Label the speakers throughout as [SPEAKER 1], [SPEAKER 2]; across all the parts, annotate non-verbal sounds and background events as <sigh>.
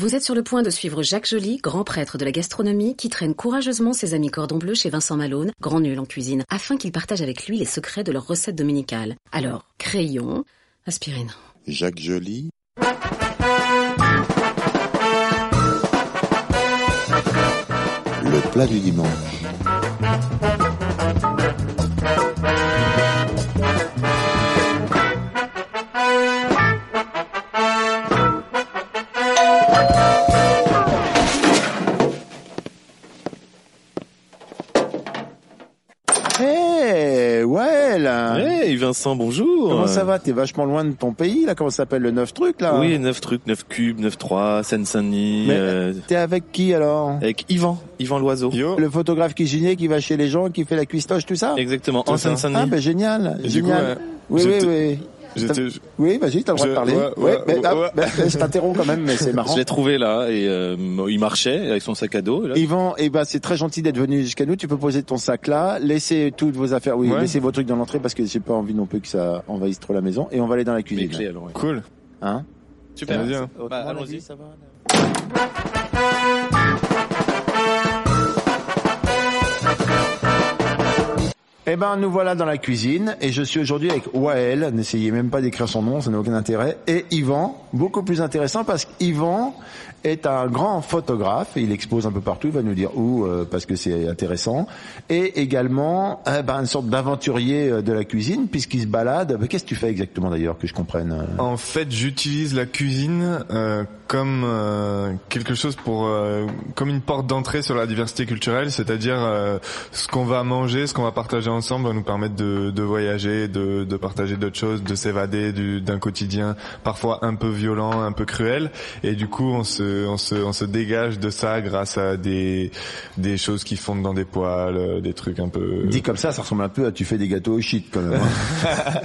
[SPEAKER 1] Vous êtes sur le point de suivre Jacques Joly, grand prêtre de la gastronomie, qui traîne courageusement ses amis cordon bleu chez Vincent Malone, grand nul en cuisine, afin qu'ils partagent avec lui les secrets de leurs recettes dominicales. Alors, crayon, aspirine.
[SPEAKER 2] Jacques Joly, le plat du dimanche. Eh ouais là
[SPEAKER 3] Eh,
[SPEAKER 4] Hey Vincent, bonjour
[SPEAKER 2] Comment ça va T'es vachement loin de ton pays là, comment ça s'appelle le neuf truc là
[SPEAKER 4] Oui, 9 trucs, 9 cubes, 9 3, Seine-Saint-Denis,
[SPEAKER 2] Mais-
[SPEAKER 4] euh,
[SPEAKER 2] T'es avec qui alors
[SPEAKER 4] avec Yvan, Yvan Loiseau.
[SPEAKER 3] Eh,
[SPEAKER 2] Le photographe qui gignait, qui va chez les gens, qui fait la cuistoche, tout ça
[SPEAKER 4] Exactement, en
[SPEAKER 3] C'est ça.
[SPEAKER 2] Ah
[SPEAKER 4] Seine-Saint-Denis.
[SPEAKER 2] bah génial,
[SPEAKER 3] Et du
[SPEAKER 2] génial.
[SPEAKER 3] coup, ouais,
[SPEAKER 2] oui, oui,
[SPEAKER 3] j'étais-
[SPEAKER 2] oui.
[SPEAKER 3] J'étais,
[SPEAKER 2] Oui, vas-y, t'as le droit
[SPEAKER 3] Je-
[SPEAKER 2] de parler.
[SPEAKER 3] ouais, ouais,
[SPEAKER 2] mais,
[SPEAKER 3] ouais,
[SPEAKER 2] ah,
[SPEAKER 3] ouais.
[SPEAKER 2] bah, je t'interromps quand même, mais
[SPEAKER 3] <laughs>
[SPEAKER 2] c'est marrant.
[SPEAKER 4] Je l'ai trouvé là, et euh, il marchait avec son sac à dos. et là,
[SPEAKER 2] Yvan, eh ben, c'est très gentil d'être venu jusqu'à nous. Tu peux poser ton sac là, laissez toutes vos affaires, oui,
[SPEAKER 3] Ouais.
[SPEAKER 2] laissez vos trucs dans l'entrée parce que j'ai pas envie non plus que ça envahisse trop la maison. Et on va aller dans la
[SPEAKER 4] mes
[SPEAKER 2] cuisine.
[SPEAKER 4] clés, alors, ouais.
[SPEAKER 3] cool.
[SPEAKER 2] Hein
[SPEAKER 4] Super.
[SPEAKER 3] bien.
[SPEAKER 4] Bah, allons-y.
[SPEAKER 2] ça va. Eh ben, nous voilà dans la cuisine et je suis aujourd'hui avec Wael. N'essayez même pas d'écrire son nom, ça n'a aucun intérêt. Et Yvan, beaucoup plus intéressant parce qu'Yvan est un grand photographe. Il expose un peu partout. Il va nous dire où euh, parce que c'est intéressant. Et également, eh ben, une sorte d'aventurier euh, de la cuisine puisqu'il se balade. Mais Qu'est-ce que tu fais exactement d'ailleurs que je comprenne euh
[SPEAKER 3] En fait, j'utilise la cuisine euh, comme euh, quelque chose pour, euh, comme une porte d'entrée sur la diversité culturelle, c'est-à-dire euh, ce qu'on va manger, ce qu'on va partager ensemble, va nous permettre de, de voyager, de, de partager d'autres choses, de s'évader du- d'un quotidien parfois un peu violent, un peu cruel, et du coup, on se, on se, on se dégage de ça grâce à des, des choses qui fondent dans des poils, euh, des trucs un peu.
[SPEAKER 2] Dit comme ça, ça ressemble un peu à tu fais des gâteaux au shit quand même. hein.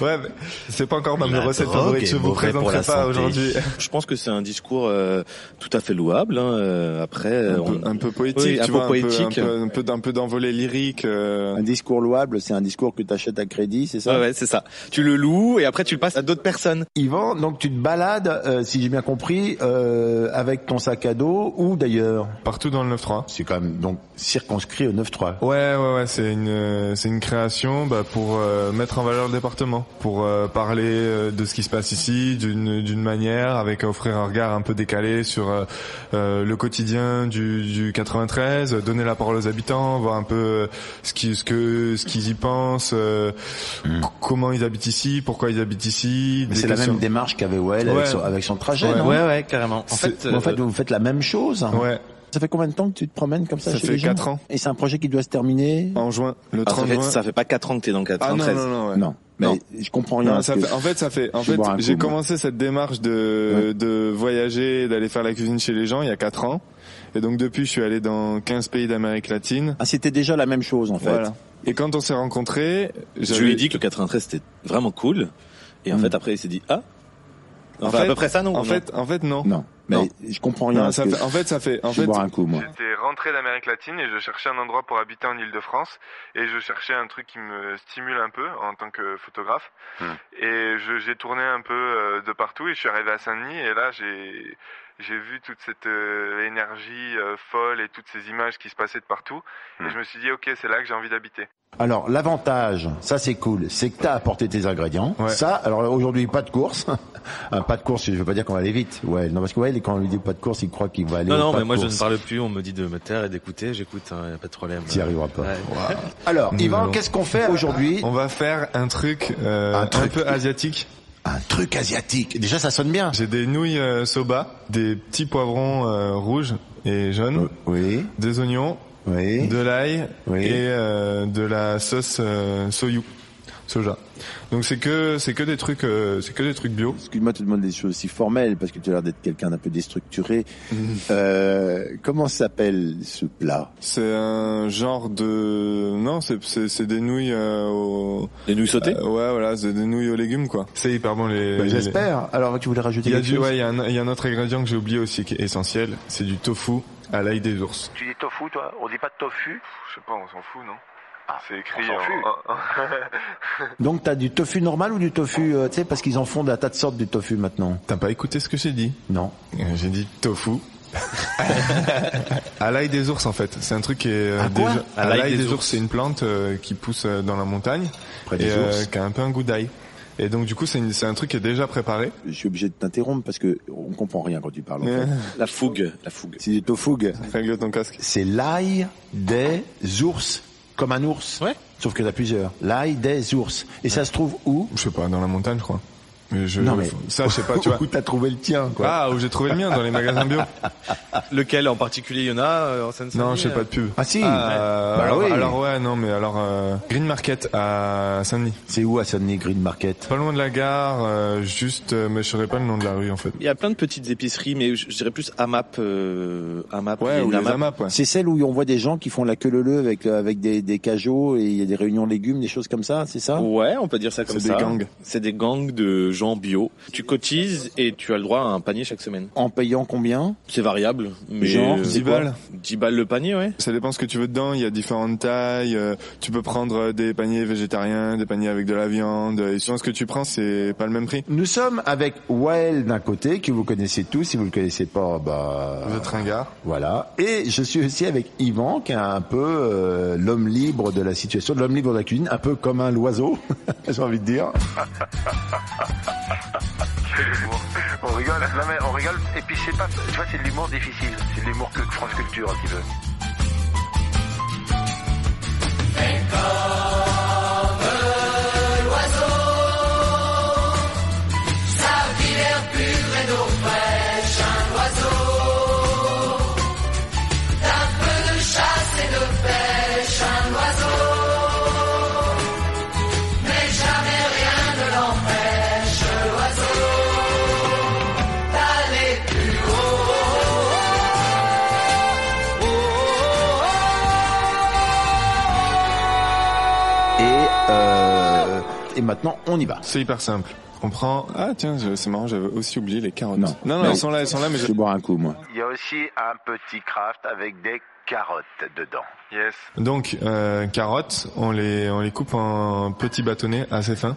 [SPEAKER 3] Ouais, mais c'est pas encore dans mes
[SPEAKER 4] La
[SPEAKER 3] recettes
[SPEAKER 4] Ah, drogue
[SPEAKER 3] favorites,
[SPEAKER 4] est
[SPEAKER 3] je vous
[SPEAKER 4] mauvaise pour la
[SPEAKER 3] présenterai pas
[SPEAKER 4] santé.
[SPEAKER 3] aujourd'hui.
[SPEAKER 4] <laughs> Je pense que c'est un discours euh, tout à fait louable. hein, euh, Après, euh,
[SPEAKER 3] un, peu,
[SPEAKER 4] on-
[SPEAKER 3] un peu poétique,
[SPEAKER 4] Oui, un
[SPEAKER 3] tu
[SPEAKER 4] peu
[SPEAKER 3] vois, un peu-
[SPEAKER 4] poétique.
[SPEAKER 3] un peu, un peu, d'un peu d'envolée lyrique.
[SPEAKER 2] <laughs>
[SPEAKER 3] euh.
[SPEAKER 2] Un discours louable, c'est un discours que t'achètes à crédit, c'est ça
[SPEAKER 4] Ouais, ouais, c'est ça. Tu le loues et après tu le passes à d'autres personnes.
[SPEAKER 2] Yvan, donc tu te balades, euh, si j'ai bien compris, euh, avec ton sac à dos ou d'ailleurs
[SPEAKER 3] Partout dans le 9-3.
[SPEAKER 2] C'est quand même donc circonscrit au 9-3.
[SPEAKER 3] Ouais, ouais, ouais, c'est une, euh, c'est une création bah, pour euh, mettre en valeur le département, pour euh, parler euh, de ce qui se passe ici d'une d'une manière, avec offrir un regard un peu décalé sur euh, euh, le quotidien du, du 93, euh, donner la parole aux habitants, voir un peu euh, ce qui, ce que, ce qu'ils y pensent, euh, c- comment ils habitent ici, pourquoi ils habitent ici.
[SPEAKER 2] Hmm. Mais
[SPEAKER 3] des
[SPEAKER 2] c'est la
[SPEAKER 3] questions-
[SPEAKER 2] même démarche qu'avait Well avec,
[SPEAKER 3] Ouais.
[SPEAKER 2] son, avec son trajet,
[SPEAKER 3] Ouais.
[SPEAKER 2] non
[SPEAKER 4] ouais, carrément. En
[SPEAKER 3] C'est-
[SPEAKER 4] fait,
[SPEAKER 2] Mais En
[SPEAKER 4] euh,
[SPEAKER 2] fait, vous faites la même chose.
[SPEAKER 3] Ouais,
[SPEAKER 2] Ça fait combien de temps que tu te promènes comme ça,
[SPEAKER 3] Ça
[SPEAKER 2] chez
[SPEAKER 3] fait
[SPEAKER 2] les gens
[SPEAKER 3] quatre ans.
[SPEAKER 2] Et c'est un projet qui doit se terminer
[SPEAKER 3] en juin, le
[SPEAKER 4] ah,
[SPEAKER 3] 30
[SPEAKER 4] ça, fait,
[SPEAKER 3] juin.
[SPEAKER 4] ça fait pas 4 ans que t'es dans le
[SPEAKER 3] Ah non,
[SPEAKER 4] 93.
[SPEAKER 3] non, non, ouais.
[SPEAKER 2] Non. Mais
[SPEAKER 4] Non.
[SPEAKER 2] je comprends rien.
[SPEAKER 3] Non,
[SPEAKER 2] à ce
[SPEAKER 3] ça
[SPEAKER 2] que-
[SPEAKER 3] fait- en fait, ça fait. En
[SPEAKER 2] Je vais
[SPEAKER 3] fait,
[SPEAKER 2] boire un coup,
[SPEAKER 3] j'ai
[SPEAKER 2] moi.
[SPEAKER 3] commencé cette démarche de de voyager, d'aller faire la cuisine chez les gens il y a quatre ans. Et donc depuis, je suis allé dans 15 pays d'Amérique latine.
[SPEAKER 2] Ah, c'était déjà la même chose en fait.
[SPEAKER 3] Voilà. Et quand on s'est rencontrés,
[SPEAKER 4] Je lui ai dit que le 93 c'était vraiment cool. Et en
[SPEAKER 2] Mm.
[SPEAKER 4] fait, après, il s'est dit, ah.
[SPEAKER 3] Hmm. En
[SPEAKER 4] Enfin, à
[SPEAKER 3] fait-
[SPEAKER 4] peu près ça, non
[SPEAKER 3] En
[SPEAKER 4] non
[SPEAKER 3] fait, en fait, non.
[SPEAKER 2] Non, mais
[SPEAKER 4] Non.
[SPEAKER 2] je comprends rien.
[SPEAKER 3] Non,
[SPEAKER 2] à ce
[SPEAKER 3] ça
[SPEAKER 2] que-
[SPEAKER 3] fait- en fait, ça fait. En
[SPEAKER 2] je vais
[SPEAKER 3] fait,
[SPEAKER 2] boire un coup, moi.
[SPEAKER 3] J'étais rentré d'Amérique latine et je cherchais un endroit pour habiter en Île-de-France et je cherchais un truc qui me stimule un peu en tant que photographe.
[SPEAKER 5] Hmm.
[SPEAKER 3] Et je- j'ai tourné un peu euh, de partout et je suis arrivé à Saint-Denis et là j'ai j'ai vu toute cette euh, énergie euh, folle et toutes ces images qui se passaient de partout
[SPEAKER 5] Hmm.
[SPEAKER 3] et je me suis dit ok c'est là que j'ai envie d'habiter. <laughs>
[SPEAKER 2] Alors l'avantage, ça c'est cool, c'est que t'as apporté tes ingrédients.
[SPEAKER 3] Ouais.
[SPEAKER 2] Ça, alors aujourd'hui pas de course, <laughs> Ah, pas de course. Je veux pas dire qu'on va aller vite. Ouais, non parce que ouais, quand on lui dit pas de course, il croit qu'il va aller.
[SPEAKER 6] Non,
[SPEAKER 2] au
[SPEAKER 6] non,
[SPEAKER 2] pas
[SPEAKER 6] mais
[SPEAKER 2] de
[SPEAKER 6] moi je
[SPEAKER 2] course.
[SPEAKER 6] ne parle plus, on me dit de me taire et d'écouter, j'écoute, hein, y a pas de problème.
[SPEAKER 2] T'y arriveras pas.
[SPEAKER 6] Ouais.
[SPEAKER 2] Alors,
[SPEAKER 3] Nous
[SPEAKER 2] Yvan,
[SPEAKER 3] allons-
[SPEAKER 2] qu'est-ce qu'on fait aujourd'hui
[SPEAKER 3] va faire un truc,
[SPEAKER 2] Un un truc. peu
[SPEAKER 3] asiatique.
[SPEAKER 2] Un truc asiatique. Déjà, ça sonne bien.
[SPEAKER 3] J'ai des nouilles euh, soba, des petits poivrons euh, rouges et jaunes,
[SPEAKER 2] Oui,
[SPEAKER 3] des oignons,
[SPEAKER 2] oui.
[SPEAKER 3] de l'ail
[SPEAKER 2] Oui.
[SPEAKER 3] et euh, de la sauce euh, soyou. soja. Donc c'est que c'est que des trucs euh, c'est que des trucs bio.
[SPEAKER 2] Excuse-moi, tu demandes des choses aussi formelles parce que tu as l'air d'être quelqu'un d'un peu déstructuré. Euh, comment s'appelle ce plat
[SPEAKER 3] C'est un genre de non, c'est c'est c'est des nouilles euh, au...
[SPEAKER 4] Les nouilles sautées
[SPEAKER 3] euh, ouais voilà, c'est des nouilles aux légumes quoi. C'est hyper bon les.
[SPEAKER 2] Bah,
[SPEAKER 3] les-
[SPEAKER 2] J'espère. Alors, tu voulais rajouter
[SPEAKER 3] Il y a
[SPEAKER 2] quelque
[SPEAKER 3] du
[SPEAKER 2] chose
[SPEAKER 3] ouais, il y a un il y a un autre ingrédient que j'ai oublié aussi qui est essentiel, c'est du tofu à l'ail des ours.
[SPEAKER 5] Tu dis tofu, toi On dit pas de tofu
[SPEAKER 3] Je sais pas, on s'en fout non C'est
[SPEAKER 5] écrit on s'en en- fout.
[SPEAKER 2] Donc, t'as du tofu normal ou du tofu, euh, tu sais, parce qu'ils en font de la tas de sortes du tofu maintenant.
[SPEAKER 3] T'as pas écouté ce que j'ai dit
[SPEAKER 2] Non.
[SPEAKER 3] Euh, J'ai dit tofu. <laughs> à l'ail des ours en fait, c'est un truc qui est euh,
[SPEAKER 2] À quoi
[SPEAKER 3] déjà à l'ail des, ours, c'est une plante euh, qui pousse euh, dans la montagne
[SPEAKER 2] Près
[SPEAKER 3] et
[SPEAKER 2] des
[SPEAKER 3] euh,
[SPEAKER 2] ours.
[SPEAKER 3] qui a un peu un goût d'ail. Et donc du coup, c'est une- c'est un truc qui est déjà préparé.
[SPEAKER 2] Je suis obligé de t'interrompre parce que on comprend rien quand tu parles. En
[SPEAKER 3] Euh.
[SPEAKER 2] fait.
[SPEAKER 4] La fougue, la fougue.
[SPEAKER 2] C'est du tofu.
[SPEAKER 3] Règle ton casque.
[SPEAKER 2] C'est l'ail des ours, comme un ours.
[SPEAKER 4] Ouais.
[SPEAKER 2] Sauf que t'as plusieurs. L'ail des ours. Et ça se trouve où
[SPEAKER 3] Je sais pas, dans la montagne, je crois. Mais je,
[SPEAKER 2] Non, mais-
[SPEAKER 3] ça, je sais pas,
[SPEAKER 2] <laughs>
[SPEAKER 3] tu vois.
[SPEAKER 2] Où t'as trouvé le tien, quoi.
[SPEAKER 3] Ah, où j'ai trouvé le mien dans les
[SPEAKER 2] <laughs>
[SPEAKER 3] magasins bio.
[SPEAKER 6] Euh, Lequel en particulier il y en a euh, en Seine-Saint-Denis
[SPEAKER 3] Non, je sais pas de pub.
[SPEAKER 2] Ah, si.
[SPEAKER 3] Euh,
[SPEAKER 2] Bah
[SPEAKER 3] alors,
[SPEAKER 2] oui.
[SPEAKER 3] alors ouais, non, mais alors euh, Green Market à Saint-Denis,
[SPEAKER 2] C'est où à Sunny Green Market
[SPEAKER 3] pas loin de la gare, euh, juste, euh, mais je saurais pas le nom de la rue en fait.
[SPEAKER 4] Il y a plein de petites épiceries, mais je, je dirais plus AMAP. Euh, AMAP. il y
[SPEAKER 3] Ouais,
[SPEAKER 4] a
[SPEAKER 3] ou
[SPEAKER 4] une
[SPEAKER 3] les AMAP, ouais.
[SPEAKER 2] C'est celle où on voit des gens qui font la queue leu leu avec euh, avec des des cajots et il y a des réunions légumes, des choses comme ça, c'est ça
[SPEAKER 3] Oh.
[SPEAKER 4] Ouais, on peut dire ça comme ça.
[SPEAKER 3] hein. C'est des gangs.
[SPEAKER 4] C'est des gangs de gens bio. Tu cotises et tu as le droit à un panier chaque semaine.
[SPEAKER 2] En payant combien
[SPEAKER 4] C'est variable, mais
[SPEAKER 2] Genre,
[SPEAKER 4] euh,
[SPEAKER 3] 10 balles.
[SPEAKER 4] 10 balles le panier, ouais.
[SPEAKER 3] Ça dépend ce que tu veux dedans, il y a différentes tailles, euh, tu peux prendre euh, des paniers végétariens, des paniers avec de la viande, et souvent ce que tu prends c'est pas le même prix.
[SPEAKER 2] Nous sommes avec Wael d'un côté que vous connaissez tous, si vous le connaissez pas, bah
[SPEAKER 3] Le tringard.
[SPEAKER 2] Voilà. Et je suis aussi avec Yvan, qui est un peu euh, l'homme libre de la situation, l'homme libre de la cuisine, un peu comme un oiseau, <laughs> j'ai envie de dire.
[SPEAKER 5] <laughs> On rigole, non mais on rigole, et puis c'est pas, tu vois, c'est de l'humour difficile, c'est de l'humour que France Culture, un petit peu.
[SPEAKER 2] Et euh, et maintenant, on y va.
[SPEAKER 3] C'est hyper simple. On prend, ah tiens, je- c'est marrant, j'avais aussi oublié les carottes.
[SPEAKER 2] Non.
[SPEAKER 3] non,
[SPEAKER 2] Non.
[SPEAKER 3] elles sont là, elles sont là, mais
[SPEAKER 2] Je
[SPEAKER 3] je-
[SPEAKER 2] vais boire un coup, moi.
[SPEAKER 5] Il y a aussi un petit craft avec des carottes dedans. Yes.
[SPEAKER 3] Donc, euh, carottes, on les, on les coupe en petits bâtonnets assez fins.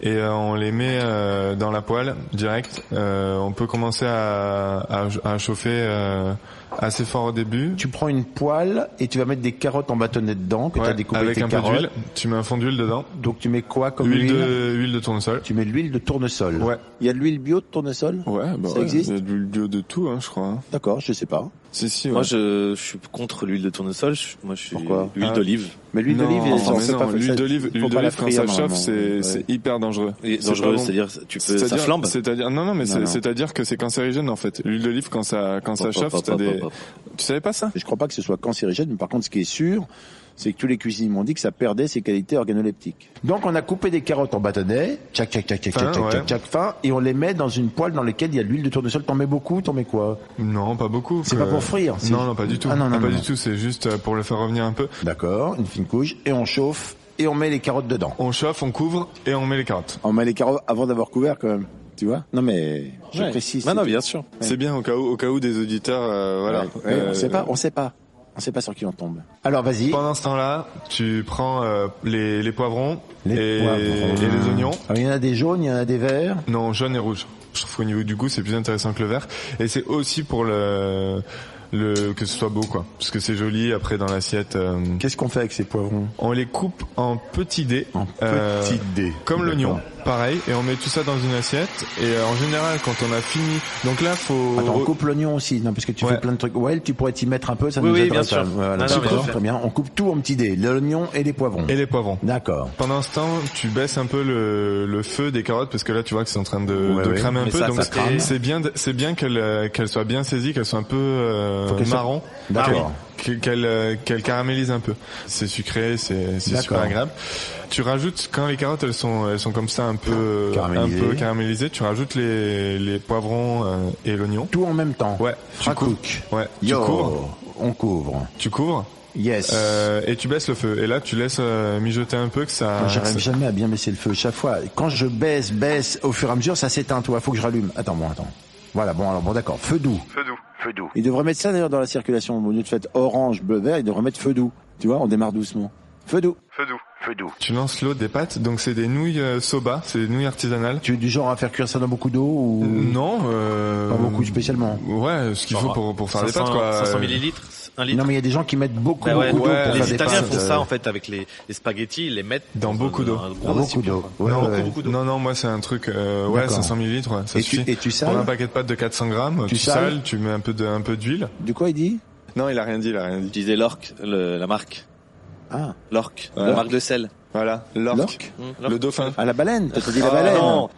[SPEAKER 3] Et euh, on les met euh, dans la poêle direct. Euh, on peut commencer à, à, à chauffer euh, assez fort au début.
[SPEAKER 2] Tu prends une poêle et tu vas mettre des carottes en bâtonnet dedans que
[SPEAKER 3] Ouais,
[SPEAKER 2] t'as découpé
[SPEAKER 3] avec
[SPEAKER 2] tes
[SPEAKER 3] un
[SPEAKER 2] carottes.
[SPEAKER 3] peu d'huile. Tu mets un fond d'huile dedans.
[SPEAKER 2] Donc tu mets quoi comme
[SPEAKER 3] Huile
[SPEAKER 2] huile,
[SPEAKER 3] de, huile de tournesol.
[SPEAKER 2] Tu mets de l'huile de tournesol.
[SPEAKER 3] Ouais.
[SPEAKER 2] Il y a de l'huile bio de tournesol
[SPEAKER 3] Ouais, bah
[SPEAKER 2] Ça existe
[SPEAKER 3] Il y a du bio de tout, hein, je crois. hein.
[SPEAKER 2] D'accord, je sais pas.
[SPEAKER 3] Si, si,
[SPEAKER 4] Moi,
[SPEAKER 3] ouais.
[SPEAKER 4] je, je suis contre l'huile de tournesol. Je- moi, je suis
[SPEAKER 2] Pourquoi
[SPEAKER 4] huile
[SPEAKER 3] Ah.
[SPEAKER 4] d'olive.
[SPEAKER 2] Mais l'huile
[SPEAKER 3] Non,
[SPEAKER 2] d'olive, elle-
[SPEAKER 3] mais
[SPEAKER 2] on sait
[SPEAKER 3] non,
[SPEAKER 2] pas, ça-
[SPEAKER 3] l'huile d'olive,
[SPEAKER 2] faut
[SPEAKER 3] l'huile
[SPEAKER 2] pas la
[SPEAKER 3] d'olive quand ça
[SPEAKER 2] frire,
[SPEAKER 3] chauffe,
[SPEAKER 2] normalement.
[SPEAKER 3] c'est
[SPEAKER 2] Ouais.
[SPEAKER 3] c'est hyper dangereux.
[SPEAKER 4] Et
[SPEAKER 3] C'est
[SPEAKER 4] dangereux,
[SPEAKER 3] pas bon.
[SPEAKER 4] c'est-à-dire, tu peux, ça
[SPEAKER 3] C'est-à-dire-
[SPEAKER 4] flambe.
[SPEAKER 3] C'est-à-dire non non mais
[SPEAKER 2] non.
[SPEAKER 3] c'est- c'est-à-dire que c'est cancérigène en fait. L'huile d'olive quand ça quand ça
[SPEAKER 4] Hop, hop,
[SPEAKER 3] chauffe,
[SPEAKER 4] hop,
[SPEAKER 3] t'as
[SPEAKER 4] hop,
[SPEAKER 3] des
[SPEAKER 4] hop, hop.
[SPEAKER 3] tu savais pas ça
[SPEAKER 2] Je crois pas que ce soit cancérigène, mais par contre, ce qui est sûr, c'est que tous les cuisiniers m'ont dit que ça perdait ses qualités organoleptiques. Donc, on a coupé des carottes en bâtonnets, tchac, tchac, tchac, tchac,
[SPEAKER 3] Fin,
[SPEAKER 2] tchac, tchac,
[SPEAKER 3] ouais.
[SPEAKER 2] tchac, tchac, fin, et on les met dans une poêle dans laquelle il y a de l'huile de tournesol. T'en mets beaucoup, t'en mets quoi
[SPEAKER 3] Non, pas beaucoup.
[SPEAKER 2] C'est pas pour frire, c'est-
[SPEAKER 3] Euh, Non non, pas du tout.
[SPEAKER 2] Ah, non, non,
[SPEAKER 3] Ah, pas
[SPEAKER 2] non,
[SPEAKER 3] du
[SPEAKER 2] non.
[SPEAKER 3] tout, c'est juste euh, pour le faire revenir un peu.
[SPEAKER 2] D'accord, une fine couche, et on chauffe, et on met les carottes dedans.
[SPEAKER 3] On chauffe, on couvre et on met les carottes.
[SPEAKER 2] On met les carottes avant d'avoir couvert, quand même. Tu vois Non, mais je
[SPEAKER 4] Ouais.
[SPEAKER 2] précise.
[SPEAKER 4] Non, non,
[SPEAKER 2] c'est-
[SPEAKER 4] bien sûr.
[SPEAKER 3] C'est bien au cas où au cas où des auditeurs euh, voilà.
[SPEAKER 2] Ouais, ouais,
[SPEAKER 3] Euh,
[SPEAKER 2] On sait pas, on sait pas. On sait pas sur qui on tombe. Alors, vas-y.
[SPEAKER 3] Pendant ce temps-là, tu prends euh, les les poivrons et,
[SPEAKER 2] poivrons.
[SPEAKER 3] et les oignons.
[SPEAKER 2] Alors, Ah, il y en a des jaunes, il y en a des verts.
[SPEAKER 3] Non, jaune et rouge. Je trouve qu'au niveau du goût, c'est plus intéressant que le vert. Et c'est aussi pour le, le que ce soit beau, quoi. Parce que c'est joli après dans l'assiette. euh,
[SPEAKER 2] Qu'est-ce qu'on fait avec ces poivrons
[SPEAKER 3] on les coupe en petits dés.
[SPEAKER 2] En
[SPEAKER 3] euh,
[SPEAKER 2] petits dés.
[SPEAKER 3] Comme l'oignon,
[SPEAKER 2] D'accord.
[SPEAKER 3] pareil. Et on met tout ça dans une assiette. Et euh, en général, quand on a fini, donc là, faut.
[SPEAKER 2] Attends, on coupe l'oignon aussi, non, parce que tu
[SPEAKER 3] Ouais.
[SPEAKER 2] fais plein de trucs. Ouais, tu pourrais t'y mettre un peu, ça
[SPEAKER 4] Oui,
[SPEAKER 2] nous
[SPEAKER 4] oui, bien
[SPEAKER 2] intéresse.
[SPEAKER 4] sûr.
[SPEAKER 2] hein. Voilà,
[SPEAKER 4] Non, non,
[SPEAKER 2] d'accord,
[SPEAKER 4] bien sûr.
[SPEAKER 2] très bien. On coupe tout en petits dés, l'oignon et les poivrons.
[SPEAKER 3] Et les poivrons.
[SPEAKER 2] D'accord.
[SPEAKER 3] Pendant ce temps, tu baisses un peu le, le feu des carottes parce que là, tu vois que c'est en train de,
[SPEAKER 2] Ouais,
[SPEAKER 3] de
[SPEAKER 2] ouais.
[SPEAKER 3] cramer un
[SPEAKER 4] Mais
[SPEAKER 3] peu.
[SPEAKER 4] ça,
[SPEAKER 3] donc
[SPEAKER 4] ça
[SPEAKER 3] c'est-
[SPEAKER 4] crame.
[SPEAKER 3] c'est bien, de- c'est bien qu'elle euh, qu'elle soit bien saisie, qu'elle soit un peu
[SPEAKER 2] Faut
[SPEAKER 3] euh,
[SPEAKER 2] qu'elle soit-
[SPEAKER 3] marron.
[SPEAKER 2] D'accord.
[SPEAKER 3] Ah oui. que- qu'elle euh, qu'elle caramélise un peu. C'est sucré, c'est c'est super
[SPEAKER 2] D'accord.
[SPEAKER 3] agréable. Tu rajoutes quand les carottes elles sont elles sont comme ça un peu euh,
[SPEAKER 2] Caramélisées.
[SPEAKER 3] un peu caramélisées, tu rajoutes les les poivrons euh, et l'oignon.
[SPEAKER 2] Tout en même temps.
[SPEAKER 3] Ouais,
[SPEAKER 2] Tu
[SPEAKER 3] raconte.
[SPEAKER 2] cook.
[SPEAKER 3] Ouais, tu
[SPEAKER 2] Yo,
[SPEAKER 3] couvres.
[SPEAKER 2] On couvre.
[SPEAKER 3] Tu couvres
[SPEAKER 2] Yes.
[SPEAKER 3] euh, et tu baisses le feu. Et là tu laisses euh, mijoter un peu que ça.
[SPEAKER 2] Moi, J'arrive
[SPEAKER 3] ça-
[SPEAKER 2] jamais à bien baisser le feu. Chaque fois, quand je baisse, baisse, au fur et à mesure, ça s'éteint. Toi, faut que je rallume. Attends, bon, attends. Voilà, bon, alors bon, d'accord. Feu doux.
[SPEAKER 5] Feu doux. Feu doux.
[SPEAKER 2] Il devrait mettre ça d'ailleurs dans la circulation. Au lieu de faire orange, bleu, vert, il devrait mettre feu doux. Tu vois, on démarre doucement. Feu doux.
[SPEAKER 5] Feu doux. Feu doux.
[SPEAKER 3] Tu lances l'eau des pâtes, donc c'est des nouilles euh, soba, c'est des nouilles artisanales.
[SPEAKER 2] Tu es du genre à faire cuire ça dans beaucoup d'eau ou
[SPEAKER 3] Non, euh,
[SPEAKER 2] pas beaucoup spécialement
[SPEAKER 3] Ouais, ce qu'il faut pour pour faire des
[SPEAKER 4] 500
[SPEAKER 3] pâtes quoi.
[SPEAKER 4] 500 millilitres, un litre.
[SPEAKER 2] Non, mais il y a des gens qui mettent beaucoup,
[SPEAKER 4] Bah ouais,
[SPEAKER 2] beaucoup d'eau
[SPEAKER 3] Ben ouais,
[SPEAKER 2] pour
[SPEAKER 4] les
[SPEAKER 2] faire des euh.
[SPEAKER 4] Italiens
[SPEAKER 2] pâtes.
[SPEAKER 4] font ça en fait avec les, les spaghettis, ils les mettent
[SPEAKER 3] Dans beaucoup
[SPEAKER 4] un-
[SPEAKER 3] d'eau.
[SPEAKER 4] un gros
[SPEAKER 2] Dans euh, beaucoup
[SPEAKER 4] récipient,
[SPEAKER 2] d'eau.
[SPEAKER 4] quoi.
[SPEAKER 2] Ah Ouais,
[SPEAKER 3] non,
[SPEAKER 2] ouais, ouais.
[SPEAKER 4] beaucoup d'eau.
[SPEAKER 3] non, non, moi c'est un truc, euh, ouais,
[SPEAKER 2] D'accord.
[SPEAKER 3] 500 millilitres, ouais, ça
[SPEAKER 2] Et tu-
[SPEAKER 3] suffit.
[SPEAKER 2] et tu sales
[SPEAKER 3] Pour un paquet de pâtes de 400 grammes,
[SPEAKER 2] Tu
[SPEAKER 3] tu,
[SPEAKER 2] sales
[SPEAKER 3] sales, tu mets un peu de, un peu d'huile.
[SPEAKER 2] Du quoi il dit
[SPEAKER 3] Non, il a rien dit, il a rien dit.
[SPEAKER 4] Utilisez l'orc, le- la marque.
[SPEAKER 2] Ah,
[SPEAKER 4] L'orc,
[SPEAKER 3] Ouais.
[SPEAKER 4] la marque de sel.
[SPEAKER 3] Voilà,
[SPEAKER 2] L'orque.
[SPEAKER 3] l'orque,
[SPEAKER 4] Hmm, l'orque.
[SPEAKER 3] le dauphin.
[SPEAKER 2] à la baleine. T'as dit la
[SPEAKER 4] Ah,
[SPEAKER 2] baleine.
[SPEAKER 4] non.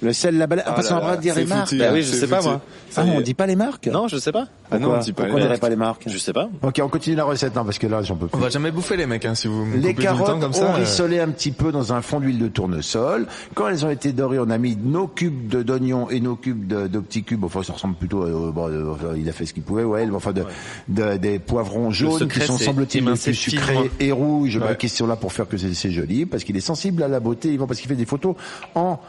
[SPEAKER 2] Le sel, la baleine. Ah,
[SPEAKER 3] Ah
[SPEAKER 2] parce
[SPEAKER 3] là
[SPEAKER 2] qu'on va
[SPEAKER 3] là,
[SPEAKER 2] dire
[SPEAKER 3] c'est
[SPEAKER 2] les marques.
[SPEAKER 3] foutu.
[SPEAKER 4] Bah oui, je
[SPEAKER 3] C'est
[SPEAKER 4] sais pas,
[SPEAKER 3] foutu.
[SPEAKER 4] moi.
[SPEAKER 3] Ça
[SPEAKER 2] Ah,
[SPEAKER 3] y est.
[SPEAKER 2] on dit pas les marques.
[SPEAKER 4] Non, je sais pas.
[SPEAKER 3] Ah non,
[SPEAKER 2] Pourquoi
[SPEAKER 3] on dit pas les
[SPEAKER 2] Pourquoi on dirait
[SPEAKER 3] marques.
[SPEAKER 2] pas les marques.
[SPEAKER 4] Je sais pas.
[SPEAKER 2] Ok, on continue la recette, non, parce que là, j'en peux
[SPEAKER 3] On
[SPEAKER 2] plus.
[SPEAKER 3] va jamais bouffer les mecs, hein, si vous me
[SPEAKER 2] Les
[SPEAKER 3] coupez tout le temps
[SPEAKER 2] carottes
[SPEAKER 3] comme ça.
[SPEAKER 2] ont
[SPEAKER 3] euh,
[SPEAKER 2] rissolé un petit peu dans un fond d'huile de tournesol. Quand elles ont été dorées, on a mis nos cubes de- d'oignons et nos cubes de, de petits cubes. Enfin, ça ressemble plutôt. à- bon, euh, enfin, il a fait ce qu'il pouvait, ouais. Enfin, de, de- des poivrons jaunes
[SPEAKER 4] secret,
[SPEAKER 2] qui sont
[SPEAKER 4] c'est
[SPEAKER 2] semble-t-il les
[SPEAKER 4] émincer
[SPEAKER 2] plus sucrés
[SPEAKER 4] finement.
[SPEAKER 2] et rouges.
[SPEAKER 3] Ouais.
[SPEAKER 2] La question là pour faire que c'est c'est joli, parce qu'il est sensible à la beauté, Yvan, parce qu'il fait des photos en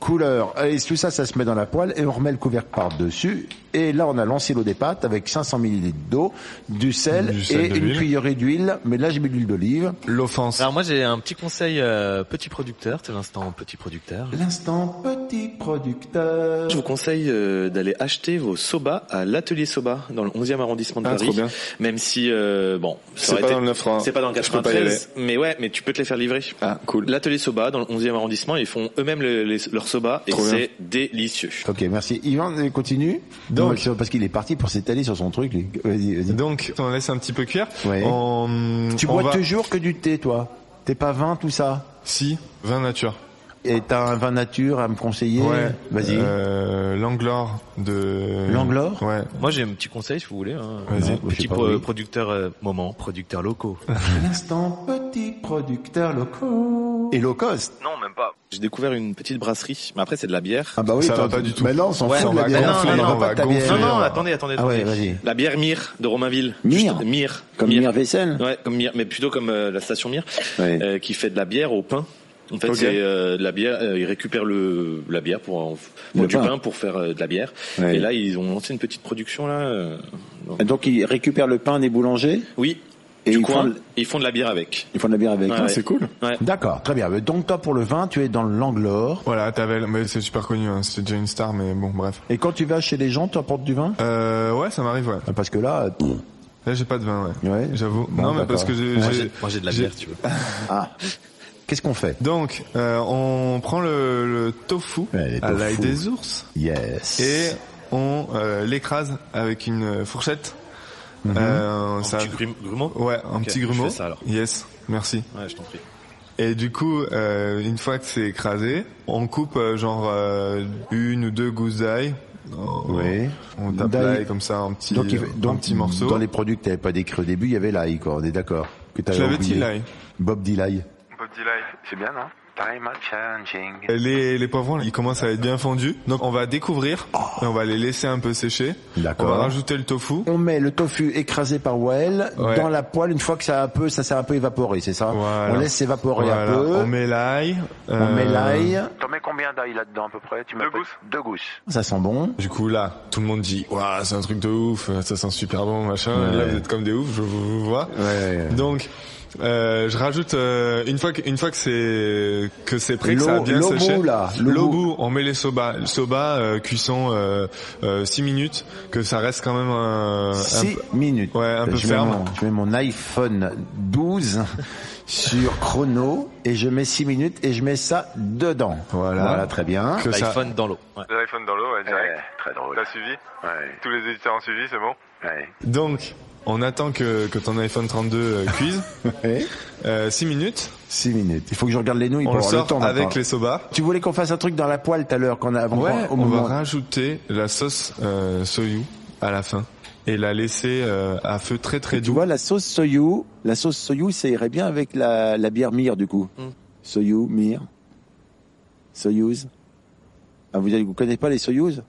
[SPEAKER 2] couleur. Et tout ça, ça se met dans la poêle et on remet le couvercle par-dessus. Et là, on a lancé l'eau des pâtes avec 500 ml d'eau, du sel,
[SPEAKER 3] Du sel,
[SPEAKER 2] et
[SPEAKER 3] de
[SPEAKER 2] une
[SPEAKER 3] l'huile.
[SPEAKER 2] cuillerée d'huile. Mais là, j'ai mis de l'huile d'olive.
[SPEAKER 3] L'offense.
[SPEAKER 4] Alors moi j'ai un petit conseil euh, petit producteur, c'est l'instant petit producteur.
[SPEAKER 2] L'instant petit producteur.
[SPEAKER 4] Je vous conseille euh, d'aller acheter vos soba à l'atelier soba dans le 11e arrondissement de
[SPEAKER 3] Ah,
[SPEAKER 4] Paris.
[SPEAKER 3] trop bien.
[SPEAKER 4] Même si euh, bon, ça
[SPEAKER 3] C'est
[SPEAKER 4] aurait
[SPEAKER 3] pas
[SPEAKER 4] été-
[SPEAKER 3] dans le 9 francs.
[SPEAKER 4] C'est pas dans le
[SPEAKER 3] Je peux pas y aller.
[SPEAKER 4] 93, mais ouais, mais tu peux te les faire livrer.
[SPEAKER 3] Ah, cool.
[SPEAKER 4] L'atelier soba dans le 11e arrondissement, ils font eux-mêmes le- les- leur soba et
[SPEAKER 3] Trop bien.
[SPEAKER 4] c'est délicieux.
[SPEAKER 2] Ok, merci. Yvan, euh, continue.
[SPEAKER 3] Donc.
[SPEAKER 2] Non, c'est parce qu'il est parti pour s'étaler sur son truc. lui. Vas-y, vas-y.
[SPEAKER 3] Donc, on laisse un petit peu cuire.
[SPEAKER 2] Mmh. Ouais.
[SPEAKER 3] On-
[SPEAKER 2] Tu
[SPEAKER 3] on
[SPEAKER 2] bois
[SPEAKER 3] va-
[SPEAKER 2] toujours que du thé, toi. T'es pas vin, tout ça.
[SPEAKER 3] Si, vin nature.
[SPEAKER 2] Et t'as un vin nature à me conseiller.
[SPEAKER 3] Ouais.
[SPEAKER 2] Vas-y.
[SPEAKER 3] Euh, L'anglore de...
[SPEAKER 2] L'Anglore
[SPEAKER 3] Ouais.
[SPEAKER 4] Moi j'ai un petit conseil si vous voulez. hein. Un
[SPEAKER 3] Vas-y.
[SPEAKER 2] Je sais
[SPEAKER 4] petit
[SPEAKER 2] pas,
[SPEAKER 4] pro-
[SPEAKER 2] oui.
[SPEAKER 4] producteur euh, moment, producteur locaux.
[SPEAKER 2] L'instant petit producteur locaux. Et low cost.
[SPEAKER 5] Non, même pas.
[SPEAKER 4] J'ai découvert une petite brasserie, mais après c'est de la bière.
[SPEAKER 2] Ah bah oui.
[SPEAKER 3] Ça
[SPEAKER 2] toi,
[SPEAKER 3] va pas du tout.
[SPEAKER 2] Mais non, on s'en
[SPEAKER 4] Ouais,
[SPEAKER 2] fout. de la
[SPEAKER 3] on va
[SPEAKER 2] bière.
[SPEAKER 4] gonfler,
[SPEAKER 2] on
[SPEAKER 4] non,
[SPEAKER 2] veut
[SPEAKER 3] on
[SPEAKER 2] pas
[SPEAKER 3] va
[SPEAKER 2] de ta bière.
[SPEAKER 3] gonfler.
[SPEAKER 4] Non,
[SPEAKER 3] Mire.
[SPEAKER 4] non, attendez, attendez.
[SPEAKER 2] Ah ouais,
[SPEAKER 4] attendez.
[SPEAKER 2] vas-y.
[SPEAKER 4] La bière Mire de Romainville.
[SPEAKER 2] Mire
[SPEAKER 4] Juste- Mire.
[SPEAKER 2] Comme Mire Vaisselle.
[SPEAKER 4] Ouais, comme Mire, mais plutôt comme euh, la station Mire,
[SPEAKER 2] Ouais.
[SPEAKER 4] euh, qui fait de la bière au pain. En fait,
[SPEAKER 3] Ok.
[SPEAKER 4] c'est euh, de la bière. euh, ils récupèrent le la bière pour, en- pour
[SPEAKER 2] Le
[SPEAKER 4] du
[SPEAKER 2] pain.
[SPEAKER 4] pain. pour faire euh, de la bière.
[SPEAKER 2] Ouais.
[SPEAKER 4] Et là, ils ont lancé une petite production là. euh, donc-
[SPEAKER 2] Donc ils récupèrent le pain des boulangers
[SPEAKER 4] oui.
[SPEAKER 2] et
[SPEAKER 4] du
[SPEAKER 2] ils
[SPEAKER 4] coin,
[SPEAKER 2] font,
[SPEAKER 4] ils font de la bière avec.
[SPEAKER 2] ils font de la bière avec.
[SPEAKER 4] Ouais,
[SPEAKER 2] Ah,
[SPEAKER 4] ouais.
[SPEAKER 2] c'est-
[SPEAKER 3] cool.
[SPEAKER 4] Ouais.
[SPEAKER 2] D'accord, très bien. Donc toi pour le vin, tu es dans l'anglore.
[SPEAKER 3] Voilà, Tavel, mais c'est super connu, hein. c'est déjà une star, mais bon, bref.
[SPEAKER 2] Et quand tu vas chez les gens, tu apportes du vin
[SPEAKER 3] Euh, ouais, ça m'arrive, ouais.
[SPEAKER 2] Parce que là, euh,
[SPEAKER 3] Là, j'ai pas de vin, ouais.
[SPEAKER 2] Ouais.
[SPEAKER 3] J'avoue.
[SPEAKER 2] Bon,
[SPEAKER 3] non, mais
[SPEAKER 2] d'accord.
[SPEAKER 3] parce que j'ai...
[SPEAKER 4] Moi,
[SPEAKER 3] j'ai-
[SPEAKER 4] j'ai- Moi, j'ai de la
[SPEAKER 3] j'ai-
[SPEAKER 4] bière,
[SPEAKER 3] <laughs>
[SPEAKER 4] tu vois.
[SPEAKER 2] ah, qu'est-ce qu'on fait
[SPEAKER 3] Donc, euh, on prend le, le tofu
[SPEAKER 2] Ouais, les
[SPEAKER 3] à l'ail
[SPEAKER 2] tofu.
[SPEAKER 3] des ours
[SPEAKER 2] Yes.
[SPEAKER 3] et on euh, l'écrase avec une fourchette. Euh, ça-
[SPEAKER 4] Tu grumes- grumeaux
[SPEAKER 3] Ouais, un
[SPEAKER 4] Ok,
[SPEAKER 3] petit
[SPEAKER 4] je
[SPEAKER 3] grumeau.
[SPEAKER 4] fais ça, alors.
[SPEAKER 3] Yes, merci.
[SPEAKER 4] Ouais, je t'en prie.
[SPEAKER 3] Et du coup, euh, une fois que c'est écrasé, on coupe euh, genre euh, une ou deux gousses d'ail.
[SPEAKER 2] Oui.
[SPEAKER 3] On tape
[SPEAKER 2] D'ail.
[SPEAKER 3] l'ail comme ça, un petit,
[SPEAKER 2] donc, il-
[SPEAKER 3] un
[SPEAKER 2] donc,
[SPEAKER 3] petit morceau.
[SPEAKER 2] Dans les produits que t'avais pas décrits au début, il y avait l'ail, quoi. On est d'accord. Que t'avais
[SPEAKER 3] Je l'avais
[SPEAKER 2] oublié.
[SPEAKER 3] dit l'ail.
[SPEAKER 2] Bob dit l'ail.
[SPEAKER 5] Bob Dylan. C'est bien, non Time are changing.
[SPEAKER 3] Les, les poivrons, ils commencent à être bien fondus. Donc on va découvrir et on va les laisser un peu sécher. On
[SPEAKER 2] D'accord.
[SPEAKER 3] va rajouter le tofu.
[SPEAKER 2] On met le tofu écrasé par Wael
[SPEAKER 3] Ouais.
[SPEAKER 2] dans la poêle une fois que ça a un peu, ça s'est un peu évaporé, c'est ça
[SPEAKER 3] Voilà.
[SPEAKER 2] On laisse s'évaporer
[SPEAKER 3] Voilà.
[SPEAKER 2] un peu.
[SPEAKER 3] On met l'ail.
[SPEAKER 2] On
[SPEAKER 3] euh,
[SPEAKER 2] met l'ail.
[SPEAKER 5] T'en mets combien d'ail là-dedans à peu près tu Deux gousses Deux gousses.
[SPEAKER 2] Ça sent bon.
[SPEAKER 3] Du coup là, tout le monde dit waouh c'est un truc de ouf, ça sent super bon machin. Là vous êtes comme des ouf, je vous, vous vois.
[SPEAKER 2] Ouais.
[SPEAKER 3] Donc euh, je rajoute euh, une fois que une fois que c'est que c'est prêt, que ça a
[SPEAKER 2] L'eau-
[SPEAKER 3] bien
[SPEAKER 2] l'eau
[SPEAKER 3] séché.
[SPEAKER 2] bout, là, l'eau
[SPEAKER 3] L'eau
[SPEAKER 2] bout.
[SPEAKER 3] bout, on met les soba, Le soba euh, cuisson euh, 6 minutes, que ça reste quand même Euh, un, un
[SPEAKER 2] 6
[SPEAKER 3] peu-
[SPEAKER 2] minutes.
[SPEAKER 3] Ouais, un peu
[SPEAKER 2] je mets
[SPEAKER 3] ferme.
[SPEAKER 2] mon- je mets mon iPhone 12 <laughs> sur chrono et je mets 6 minutes et je mets ça dedans.
[SPEAKER 3] Voilà.
[SPEAKER 2] très bien.
[SPEAKER 3] que ça
[SPEAKER 4] L'iPhone dans l'eau. Ouais.
[SPEAKER 7] L'iPhone dans l'eau, ouais, direct.
[SPEAKER 5] Ouais, très drôle.
[SPEAKER 7] T'as suivi
[SPEAKER 5] Ouais,
[SPEAKER 7] Tous les éditeurs ont suivi, c'est bon
[SPEAKER 5] ouais.
[SPEAKER 3] Donc, on attend que, que ton iPhone 32 euh,
[SPEAKER 2] <laughs>
[SPEAKER 3] cuise. 6 minutes.
[SPEAKER 2] 6 minutes. Il faut que je regarde les nouilles
[SPEAKER 3] On
[SPEAKER 2] pour
[SPEAKER 3] le
[SPEAKER 2] avoir
[SPEAKER 3] sort
[SPEAKER 2] le temps
[SPEAKER 3] avec
[SPEAKER 2] maintenant.
[SPEAKER 3] les soba.
[SPEAKER 2] Tu voulais qu'on fasse un truc dans la poêle tout à l'heure qu'on a avant
[SPEAKER 3] Ouais,
[SPEAKER 2] au
[SPEAKER 3] on va
[SPEAKER 2] moment.
[SPEAKER 3] rajouter la sauce euh, soyou à la fin. et la laisser euh, à feu très très
[SPEAKER 2] Et tu
[SPEAKER 3] doux.
[SPEAKER 2] vois, la sauce soyou, la sauce soyou, ça irait bien avec la, la bière mire, du coup.
[SPEAKER 4] Mm.
[SPEAKER 2] Soyou, mire. Soyouz. Ah, vous ne vous connaissez pas les Soyouz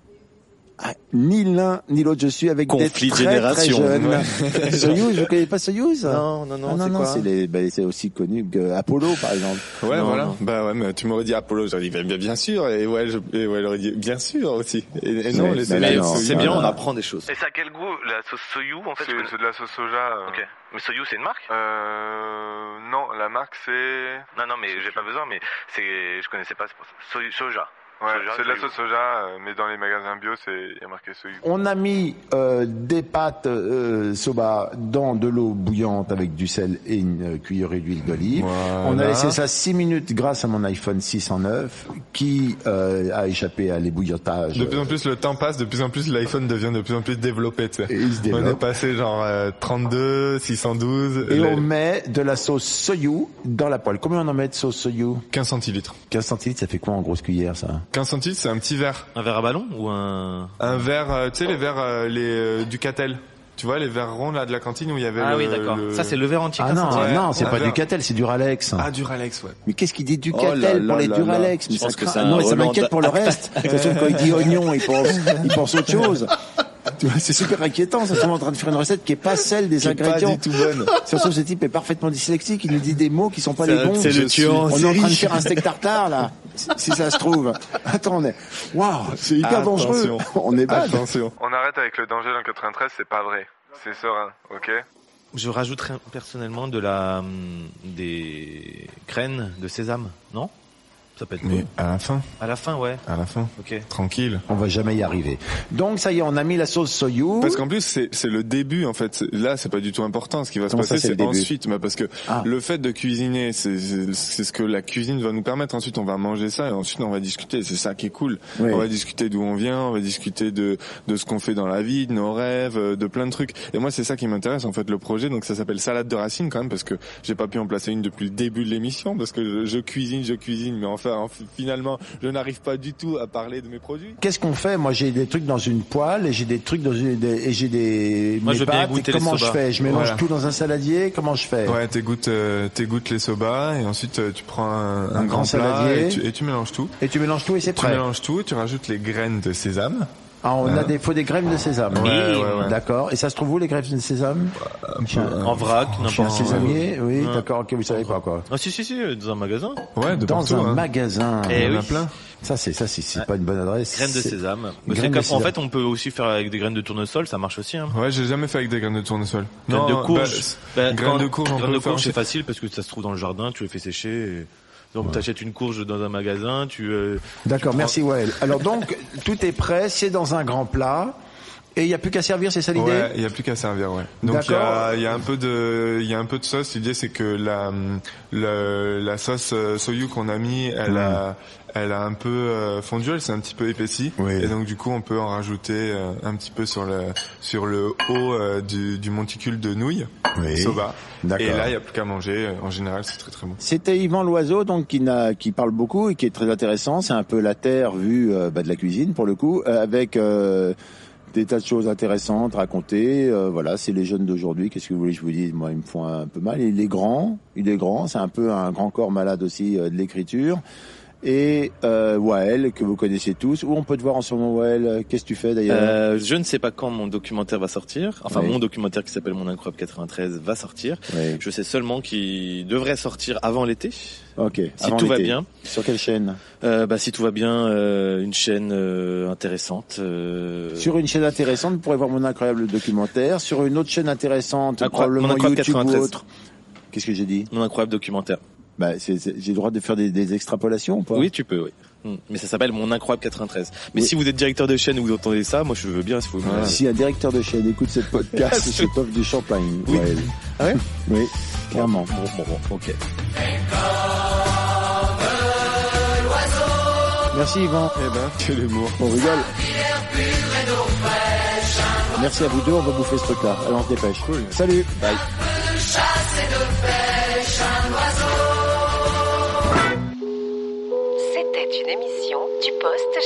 [SPEAKER 2] Ah, Ni l'un ni l'autre, je suis avec
[SPEAKER 4] Conflit
[SPEAKER 2] des très,
[SPEAKER 4] de génération.
[SPEAKER 2] très jeunes.
[SPEAKER 4] Ouais.
[SPEAKER 2] <laughs> Soyouz, vous ne connaissez pas Soyouz
[SPEAKER 4] Non, non, non,
[SPEAKER 2] Ah,
[SPEAKER 4] c'est
[SPEAKER 2] non,
[SPEAKER 4] quoi
[SPEAKER 2] c'est les- ben, c'est aussi connu que Apollo, par exemple.
[SPEAKER 8] Ouais,
[SPEAKER 4] Non,
[SPEAKER 8] voilà.
[SPEAKER 4] non.
[SPEAKER 8] Bah ouais, mais tu m'aurais dit Apollo, j'aurais dit bien, bien- bien sûr, et ouais, je, et ouais, j'aurais dit bien sûr aussi. Et, et non,
[SPEAKER 2] Ouais,
[SPEAKER 8] les
[SPEAKER 2] mais là,
[SPEAKER 4] Mais
[SPEAKER 2] non,
[SPEAKER 4] c'est
[SPEAKER 2] non,
[SPEAKER 4] bien,
[SPEAKER 2] non.
[SPEAKER 4] on apprend des choses.
[SPEAKER 5] Et ça a quel goût La sauce soyou en fait je
[SPEAKER 7] C'est
[SPEAKER 5] connais-
[SPEAKER 7] c'est de la sauce soja. euh.
[SPEAKER 5] Ok. Mais soyou c'est une marque
[SPEAKER 7] Euh, non, la marque c'est.
[SPEAKER 5] Non, non, mais j'ai pas besoin, mais c'est, je connaissais pas. c'est pour ça. Soy- soja.
[SPEAKER 7] Ouais,
[SPEAKER 5] Soja,
[SPEAKER 7] c'est de la
[SPEAKER 5] soyou.
[SPEAKER 7] sauce soja, euh, mais dans les magasins bio, c'est il y a marqué soyu.
[SPEAKER 2] On a mis euh, des pâtes euh, soba dans de l'eau bouillante avec du sel et une euh, cuillerée d'huile d'olive.
[SPEAKER 3] Voilà.
[SPEAKER 2] On a laissé ça 6 minutes grâce à mon iPhone 609 qui euh, a échappé à l'ébouillotage.
[SPEAKER 3] De plus en plus, le temps passe, de plus en plus, l'iPhone devient de plus en plus développé. tu sais.
[SPEAKER 2] Et il se
[SPEAKER 3] On est
[SPEAKER 2] développe.
[SPEAKER 3] passé genre euh, 32, 612,
[SPEAKER 2] Et
[SPEAKER 3] les-
[SPEAKER 2] on met de la sauce soyou dans la poêle. Combien on en met de sauce soyou
[SPEAKER 3] 15 centilitres.
[SPEAKER 2] 15 centilitres, ça fait quoi en grosse cuillère ça
[SPEAKER 3] 15 centilitres, c'est un petit verre.
[SPEAKER 4] Un verre à ballon ou un...
[SPEAKER 3] Un verre, euh, tu sais, les verres euh, les, euh, du Catel. Tu vois, les verres ronds là de la cantine où il y avait
[SPEAKER 4] Ah
[SPEAKER 3] le-
[SPEAKER 4] oui, d'accord.
[SPEAKER 3] le-
[SPEAKER 4] Ça, c'est le verre entier.
[SPEAKER 2] Ah non,
[SPEAKER 3] ouais,
[SPEAKER 2] non, c'est
[SPEAKER 3] un
[SPEAKER 2] pas
[SPEAKER 3] verre.
[SPEAKER 2] du Catel, c'est du Ralex.
[SPEAKER 3] Ah, du Ralex, ouais.
[SPEAKER 2] Mais qu'est-ce qu'il dit du
[SPEAKER 8] Oh là
[SPEAKER 2] Catel pour
[SPEAKER 8] là
[SPEAKER 2] les
[SPEAKER 8] là
[SPEAKER 2] Duralex
[SPEAKER 8] là.
[SPEAKER 2] Mais
[SPEAKER 4] Je pense
[SPEAKER 2] ça
[SPEAKER 4] que
[SPEAKER 2] craint.
[SPEAKER 4] c'est un
[SPEAKER 2] Non, mais ça
[SPEAKER 4] Hollande
[SPEAKER 2] m'inquiète <laughs> pour le reste. De toute façon, quand il dit oignon, il pense, il pense autre chose. <laughs> Tu vois, c'est super inquiétant. Ça se trouve en train de faire une recette qui est pas celle des
[SPEAKER 8] Qui est pas
[SPEAKER 2] ingrédients.
[SPEAKER 8] du tout bonne.
[SPEAKER 2] Surtout ce type est parfaitement dyslexique. Il nous dit des mots qui sont pas
[SPEAKER 4] C'est
[SPEAKER 2] les
[SPEAKER 4] un-
[SPEAKER 2] bons.
[SPEAKER 4] c'est le
[SPEAKER 2] Je suis-
[SPEAKER 4] tueur en
[SPEAKER 2] On est en
[SPEAKER 4] série.
[SPEAKER 2] train de faire un steak tartare là. Si- Si ça se trouve. Attendez. Waouh, c'est hyper dangereux.
[SPEAKER 8] Attention.
[SPEAKER 2] On est bad.
[SPEAKER 8] Attention.
[SPEAKER 7] On arrête avec le danger dans le 93, c'est pas vrai. C'est serein, ok
[SPEAKER 4] Je rajouterais personnellement de la... hum, des graines de sésame, non Ça peut être
[SPEAKER 3] Mais
[SPEAKER 4] bon.
[SPEAKER 3] à la fin,
[SPEAKER 4] À la fin, ouais.
[SPEAKER 3] à la fin,
[SPEAKER 4] Ok.
[SPEAKER 3] tranquille.
[SPEAKER 2] On va jamais y arriver. Donc ça y est, on a mis la sauce soyou.
[SPEAKER 8] Parce qu'en plus, c'est c'est le début, en fait. Là, c'est pas du tout important. Ce qui va se
[SPEAKER 2] Comment ça,
[SPEAKER 8] passer,
[SPEAKER 2] c'est le
[SPEAKER 8] c'est
[SPEAKER 2] début
[SPEAKER 8] ensuite. Bah, parce que
[SPEAKER 2] Ah.
[SPEAKER 8] le fait de cuisiner, c'est c'est- c'est ce que la cuisine va nous permettre. Ensuite, on va manger ça et ensuite, on va discuter. C'est ça qui est cool.
[SPEAKER 2] Oui.
[SPEAKER 8] On va discuter d'où on vient, on va discuter de, de ce qu'on fait dans la vie, de nos rêves, euh, de plein de trucs. Et moi, c'est ça qui m'intéresse, en fait, le projet. Donc, ça s'appelle Salade de Racines, quand même, parce que j'ai pas pu en placer une depuis le début de l'émission, parce que je, je cuisine, je cuisine, mais enfin, en- finalement, je n'arrive pas du tout à parler de mes produits.
[SPEAKER 2] Qu'est-ce qu'on fait Moi, j'ai des trucs dans une poêle et j'ai des trucs dans une des- et j'ai des
[SPEAKER 4] Moi,
[SPEAKER 2] mes
[SPEAKER 4] je veux bien
[SPEAKER 2] pâtes, et
[SPEAKER 4] goûter les
[SPEAKER 2] comment je
[SPEAKER 4] soba.
[SPEAKER 2] fais Je mélange
[SPEAKER 3] Voilà.
[SPEAKER 2] tout dans un saladier. Comment je fais
[SPEAKER 3] Ouais, t'égouttes, euh, t'égouttes les soba et ensuite euh, tu prends un, un grand plat
[SPEAKER 2] saladier.
[SPEAKER 3] et tu, et tu mélanges tout.
[SPEAKER 2] Et tu mélanges tout et c'est
[SPEAKER 3] Tu
[SPEAKER 2] prêt.
[SPEAKER 3] mélanges tout, tu rajoutes les graines de sésame.
[SPEAKER 2] Ah, on a des faut des graines de sésame.
[SPEAKER 3] Ouais, ouais, ouais. Euh,
[SPEAKER 2] D'accord. Et ça se trouve où les graines de sésame Chez un-
[SPEAKER 4] En vrac,
[SPEAKER 2] Chez un
[SPEAKER 4] n'importe quoi.
[SPEAKER 2] sésamier, oui,
[SPEAKER 4] Ouais.
[SPEAKER 2] d'accord, ok, vous savez pas quoi.
[SPEAKER 4] Ah si, si, si, euh, dans un magasin.
[SPEAKER 3] Ouais, de
[SPEAKER 2] dans
[SPEAKER 3] partout.
[SPEAKER 2] un
[SPEAKER 3] hein.
[SPEAKER 2] magasin.
[SPEAKER 4] Eh
[SPEAKER 3] Il y en a
[SPEAKER 4] oui.
[SPEAKER 3] plein.
[SPEAKER 2] Ça c'est ça c'est c'est
[SPEAKER 4] Ouais.
[SPEAKER 2] pas une bonne adresse.
[SPEAKER 4] Graines de
[SPEAKER 2] C'est-
[SPEAKER 4] sésame. Mais
[SPEAKER 2] Graines
[SPEAKER 4] c'est
[SPEAKER 2] de
[SPEAKER 4] comme- En
[SPEAKER 2] sésame.
[SPEAKER 4] fait, on peut aussi faire avec des graines de tournesol, ça marche aussi. Hein.
[SPEAKER 3] Ouais, j'ai jamais fait avec des graines de tournesol.
[SPEAKER 4] Graines de courge.
[SPEAKER 3] bah,
[SPEAKER 4] Bah,
[SPEAKER 3] graines
[SPEAKER 4] quand-
[SPEAKER 3] de courge, on
[SPEAKER 4] graines
[SPEAKER 3] peut
[SPEAKER 4] de
[SPEAKER 3] le faire
[SPEAKER 4] courge,
[SPEAKER 3] chez-
[SPEAKER 4] c'est facile parce que ça se trouve dans le jardin, tu les fais sécher. et- Donc t'achètes une courge dans un magasin, tu. euh,
[SPEAKER 2] D'accord,
[SPEAKER 4] tu prends-
[SPEAKER 2] merci Wael. Alors donc tout est prêt, c'est dans un grand plat et il y a plus qu'à servir, c'est ça l'idée
[SPEAKER 3] Ouais, il y a plus qu'à servir, ouais. Donc il y a,
[SPEAKER 2] D'accord.
[SPEAKER 3] il y a un peu de, il y a un peu de sauce. L'idée c'est que la, la, la sauce euh, soyou qu'on a mis, elle a, elle a un peu euh, fondu, elle s'est un petit peu épaissie.
[SPEAKER 2] Hmm. Oui.
[SPEAKER 3] Et donc du coup on peut en rajouter euh, un petit peu sur le, sur le haut euh, du, du monticule de nouilles,
[SPEAKER 2] Oui.
[SPEAKER 3] soba.
[SPEAKER 2] D'accord.
[SPEAKER 3] Et là il y a plus qu'à manger. En général c'est très très bon.
[SPEAKER 2] C'était Yvan Loiseau, donc qui, n'a- qui parle beaucoup et qui est très intéressant. C'est un peu la terre vue euh, bah, de la cuisine pour le coup, euh, avec euh, des tas de choses intéressantes racontées. Euh, voilà, c'est les jeunes d'aujourd'hui. Qu'est-ce que vous voulez que je vous dise Moi, ils me font un peu mal. Il est grand, il est grand. C'est un peu un grand corps malade aussi euh, de l'écriture. Et euh, Wael, que vous connaissez tous. Où on peut te voir en ce moment, Wael Euh, Qu'est-ce que tu fais d'ailleurs
[SPEAKER 4] Euh, je ne sais pas quand mon documentaire va sortir. Enfin,
[SPEAKER 2] Oui.
[SPEAKER 4] mon documentaire qui s'appelle Mon Incroyable 93 va sortir.
[SPEAKER 2] Oui,
[SPEAKER 4] Je sais seulement qu'il devrait sortir avant l'été, si
[SPEAKER 2] Ok. Avant
[SPEAKER 4] tout va
[SPEAKER 2] l'été.
[SPEAKER 4] bien.
[SPEAKER 2] Sur quelle chaîne
[SPEAKER 4] Euh, bah, si tout va bien, euh, une chaîne euh, intéressante. euh,
[SPEAKER 2] Sur une chaîne intéressante, vous pourrez voir mon incroyable documentaire. Sur une autre chaîne intéressante,
[SPEAKER 4] Incroyable- mon
[SPEAKER 2] probablement
[SPEAKER 4] incroyable
[SPEAKER 2] YouTube
[SPEAKER 4] 93.
[SPEAKER 2] ou autre. Qu'est-ce que j'ai dit
[SPEAKER 4] Mon Incroyable Documentaire.
[SPEAKER 2] bah, c'est- c'est- J'ai le droit de faire des, des extrapolations ou pas
[SPEAKER 4] Oui, tu peux, oui. Mm. Mais ça s'appelle Mon Incroyable 93. Mais
[SPEAKER 2] Oui.
[SPEAKER 4] si vous êtes directeur de chaîne ou vous entendez ça, moi je veux bien si vous me-
[SPEAKER 2] Si un directeur de chaîne écoute cette
[SPEAKER 4] <laughs>
[SPEAKER 2] podcast, je t'offre du champagne.
[SPEAKER 4] Oui.
[SPEAKER 2] Wael.
[SPEAKER 4] Ah ouais
[SPEAKER 2] Oui, clairement.
[SPEAKER 4] Bon, bon, bon, ok.
[SPEAKER 2] Merci Yvan,
[SPEAKER 8] Eh ben, que l'humour.
[SPEAKER 2] on rigole. Merci à vous deux, on va bouffer ce truc-là. Allez, on se dépêche. Salut
[SPEAKER 9] C'était une émission du Poste